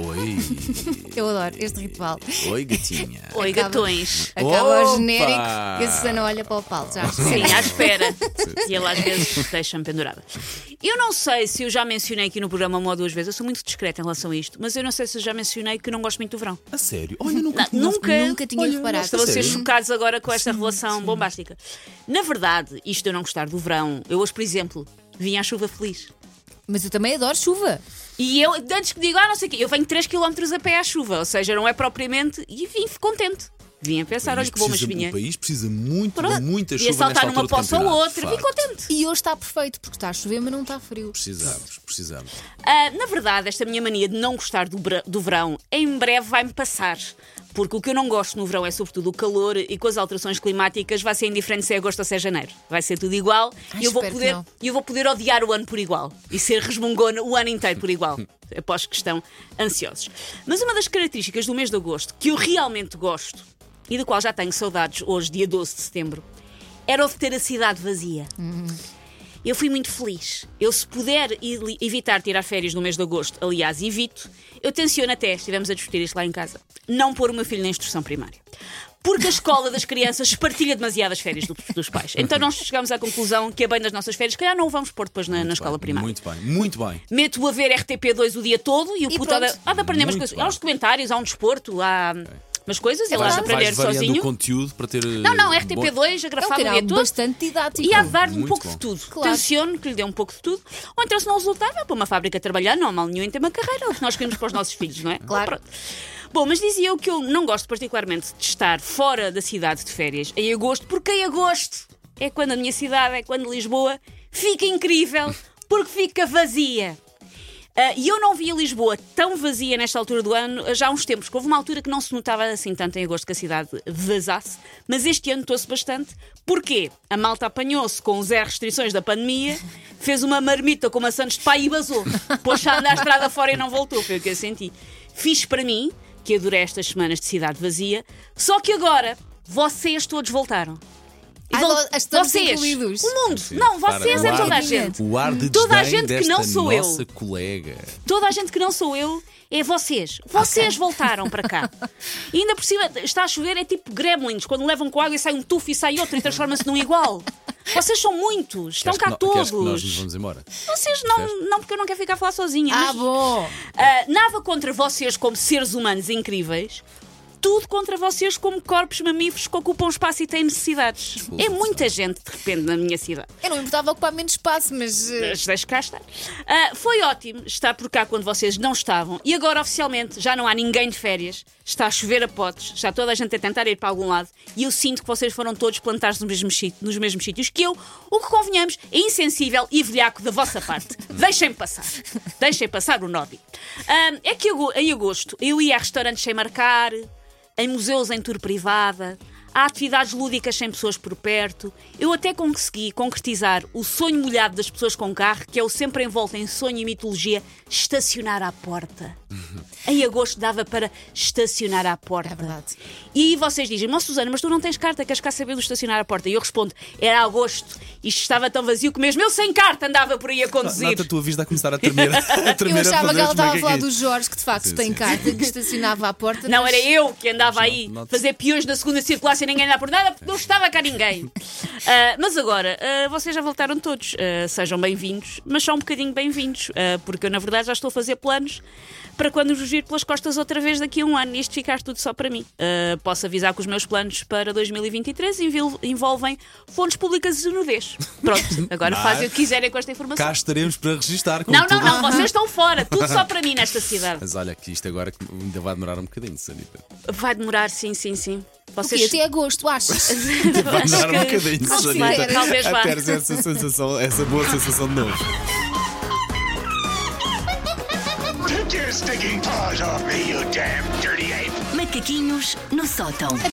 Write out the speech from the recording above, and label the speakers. Speaker 1: Oi,
Speaker 2: Eu adoro este ritual.
Speaker 1: oi gatinha.
Speaker 3: Oi,
Speaker 2: Acaba-
Speaker 3: gatões.
Speaker 2: Acaba
Speaker 1: Opa!
Speaker 2: o genérico e a Susana olha para o Paulo. Já
Speaker 3: Sim, à espera. E ele às vezes deixa-me pendurada. Eu não sei se eu já mencionei aqui no programa uma ou duas vezes, eu sou muito discreta em relação a isto, mas eu não sei se eu já mencionei que não gosto muito do verão.
Speaker 1: A sério? Olha, nunca
Speaker 3: Não,
Speaker 1: tinha-
Speaker 3: nunca.
Speaker 2: nunca tinha
Speaker 1: Olha,
Speaker 2: reparado.
Speaker 1: não
Speaker 3: Estão a ser
Speaker 1: Sério?
Speaker 3: chocados agora com esta revelação bombástica. Na verdade, isto de eu não gostar do verão, eu hoje, por exemplo, vim à chuva feliz.
Speaker 2: Mas eu também adoro chuva.
Speaker 3: E eu, antes que digo, ah, não sei o quê, eu venho 3 km a pé à chuva, ou seja, não é propriamente. E vim contente. Vim a pensar, olha que bom, mas
Speaker 1: Precisa-
Speaker 3: vinha.
Speaker 1: O país precisa muito,
Speaker 3: Pronto.
Speaker 1: de muita chuva
Speaker 3: Ia saltar
Speaker 1: nesta
Speaker 3: numa
Speaker 1: altura de
Speaker 3: poça ou
Speaker 1: campeonato,
Speaker 3: outra,
Speaker 1: de
Speaker 3: vim
Speaker 1: facto.
Speaker 3: contente.
Speaker 2: E hoje está perfeito, porque está a chover, mas não está frio.
Speaker 1: Precisamos, precisamos.
Speaker 3: Ah, na verdade, esta minha mania de não gostar do, bra- do verão em breve vai-me passar. Porque o que eu não gosto no verão é sobretudo o calor e com as alterações climáticas vai ser indiferente se é agosto ou se é janeiro. Vai ser tudo igual
Speaker 2: Ai,
Speaker 3: e eu vou,
Speaker 2: espero que
Speaker 3: poder,
Speaker 2: não.
Speaker 3: e eu vou poder odiar o ano por igual e ser resmungona o ano inteiro por igual. Após que estão ansiosos. Mas uma das características do mês de agosto que eu realmente gosto e do qual já tenho saudades hoje, dia 12 de setembro, era o de ter a cidade vazia. Eu fui muito feliz. Eu, se puder ili- evitar tirar férias no mês de agosto, aliás, evito, eu tenciono até, estivemos a discutir isto lá em casa, não pôr o meu filho na instrução primária. Porque a escola das crianças partilha demasiadas férias do- dos pais. Então nós chegamos à conclusão que, a bem das nossas férias, se calhar não o vamos pôr depois na, na escola
Speaker 1: Bem,
Speaker 3: primária.
Speaker 1: Muito bem, muito bem.
Speaker 3: Meto-o a ver RTP2 o dia todo e o
Speaker 2: E
Speaker 3: puto há de,
Speaker 2: pronto.
Speaker 3: há de aprender umas
Speaker 1: Muito
Speaker 3: coisas.
Speaker 1: bem.
Speaker 3: Há uns documentários, há um desporto, há umas coisas, ele há
Speaker 1: Vais,
Speaker 3: de aprender
Speaker 1: vais variando o
Speaker 3: sozinho.
Speaker 1: conteúdio para ter. eh,
Speaker 3: Não, não, RTP2,
Speaker 2: É um
Speaker 3: agrafado o
Speaker 2: canal
Speaker 3: dia todo.
Speaker 2: bastante didático.
Speaker 3: E há de dar-lhe um
Speaker 1: Muito
Speaker 3: pouco
Speaker 1: bom.
Speaker 3: de tudo.
Speaker 2: Claro.
Speaker 3: Tenciono que lhe dê um pouco de tudo. Ou então, se não resultar, vai para uma fábrica trabalhar, não há mal nenhum em ter uma carreira. É o que nós queremos para os nossos filhos, não é?
Speaker 2: Claro.
Speaker 3: Pronto. Bom, mas dizia eu que eu não gosto particularmente de estar fora da cidade de férias em agosto, porque em agosto é quando a minha cidade, é quando Lisboa fica incrível, porque fica vazia. Ah, E eu não via Lisboa tão vazia nesta altura do ano ah, já há uns tempos. que Houve uma altura que não se notava assim tanto em agosto que a cidade vazasse, mas este ano notou-se bastante. Porquê? A malta apanhou-se com zero restrições da pandemia, fez uma marmita com maçãs de pai e vazou. Pôs-se a andar a estrada fora e não voltou, foi o que eu senti. Fiz para mim, que adorei estas semanas de cidade vazia, só que agora vocês todos voltaram. E
Speaker 2: Ai,
Speaker 3: vol-
Speaker 2: nós estamos
Speaker 3: vocês,
Speaker 2: incluídos.
Speaker 3: o mundo,
Speaker 1: Sim,
Speaker 3: não,
Speaker 1: para,
Speaker 3: vocês
Speaker 1: o
Speaker 3: é
Speaker 1: ar-
Speaker 3: toda a gente.
Speaker 1: O ar de
Speaker 3: Toda a
Speaker 1: desdém
Speaker 3: gente que não
Speaker 1: desta
Speaker 3: sou eu.
Speaker 1: Nossa colega.
Speaker 3: Toda a gente que não sou eu é vocês. Vocês voltaram para cá. E ainda por cima está a chover, é tipo gremlins, quando levam com água e sai um tufo e sai outro e transforma-se num igual. Vocês são muitos, estão
Speaker 1: Queres que
Speaker 3: cá
Speaker 1: no- queres
Speaker 3: todos.
Speaker 1: que nós nos vamos embora.
Speaker 3: Vocês não, não, porque eu não quero ficar a falar sozinha.
Speaker 2: Ah,
Speaker 3: mas,
Speaker 2: bom.
Speaker 3: ah, nada contra vocês como seres humanos incríveis. Tudo contra vocês como corpos mamíferos que ocupam espaço e têm necessidades.
Speaker 1: Desculpa,
Speaker 3: é muita gente, de repente, na minha cidade.
Speaker 2: Eu não me importava ocupar menos espaço, mas. eh,
Speaker 3: Mas deixe cá estar. Ah, foi ótimo estar por cá quando vocês não estavam e agora oficialmente já não há ninguém de férias, está a chover a potes, está toda a gente a tentar ir para algum lado e eu sinto que vocês foram todos plantar-se nos mesmos, sit- nos mesmos sítios que eu, o que convenhamos é insensível e velhaco da vossa parte. Deixem-me passar, deixem passar o Nobby. Ah, é que ago- em agosto eu ia a restaurantes sem marcar, em museus em tour privada, há atividades lúdicas sem pessoas por perto. Eu até consegui concretizar o sonho molhado das pessoas com carro, que é o sempre envolto em sonho e mitologia, estacionar à porta. em agosto dava para estacionar à porta.
Speaker 2: É verdade.
Speaker 3: E aí vocês dizem, mas Susana, mas tu não tens carta, queres cá saber do estacionar à porta? E eu respondo, era agosto, isto estava tão vazio que mesmo eu sem carta andava por aí a conduzir.
Speaker 1: Nota a tua vista a começar a tremer. a
Speaker 2: Eu
Speaker 1: tremer a
Speaker 2: achava
Speaker 1: fazer
Speaker 2: que ela
Speaker 1: os
Speaker 2: estava a falar
Speaker 1: macaquinhos.
Speaker 2: do Jorge, que de facto
Speaker 1: é Sim,
Speaker 2: tem
Speaker 1: sim.
Speaker 2: carta, que estacionava à porta.
Speaker 3: Não,
Speaker 2: mas-
Speaker 3: era eu que andava aí
Speaker 1: não-
Speaker 3: fazer peões na segunda circular sem ninguém dar por nada, porque não estava cá ninguém. Ah, mas agora, ah, vocês já voltaram todos. Ah, sejam bem-vindos, mas só um bocadinho bem-vindos, ah, porque eu, na verdade, já estou a fazer planos para quando vos vir pelas costas outra vez daqui a um ano e isto ficar tudo só para mim. Ah, posso avisar que os meus planos para 2023 envil- envolvem fontes públicas e nudez. Pronto, agora
Speaker 1: Mas-
Speaker 3: fazem o que quiserem com esta informação.
Speaker 1: Cá estaremos para registar.
Speaker 3: Não, não,
Speaker 1: contudo.
Speaker 3: não, vocês estão fora, tudo só para mim nesta cidade.
Speaker 1: Mas olha, que isto agora que ainda vai demorar um bocadinho, Sanita.
Speaker 3: Vai demorar, sim, sim, sim.
Speaker 2: O quê? Até agosto, achas?
Speaker 1: Vai
Speaker 3: Acho
Speaker 1: demorar um
Speaker 3: que-
Speaker 1: bocadinho,
Speaker 3: Não sei,
Speaker 1: Sanita.
Speaker 3: talvez vá.
Speaker 1: Até essa sensação, essa boa sensação de novo.
Speaker 4: Take your stinking paws off me, you damn dirty ape!
Speaker 5: Macaquinhos no sótão.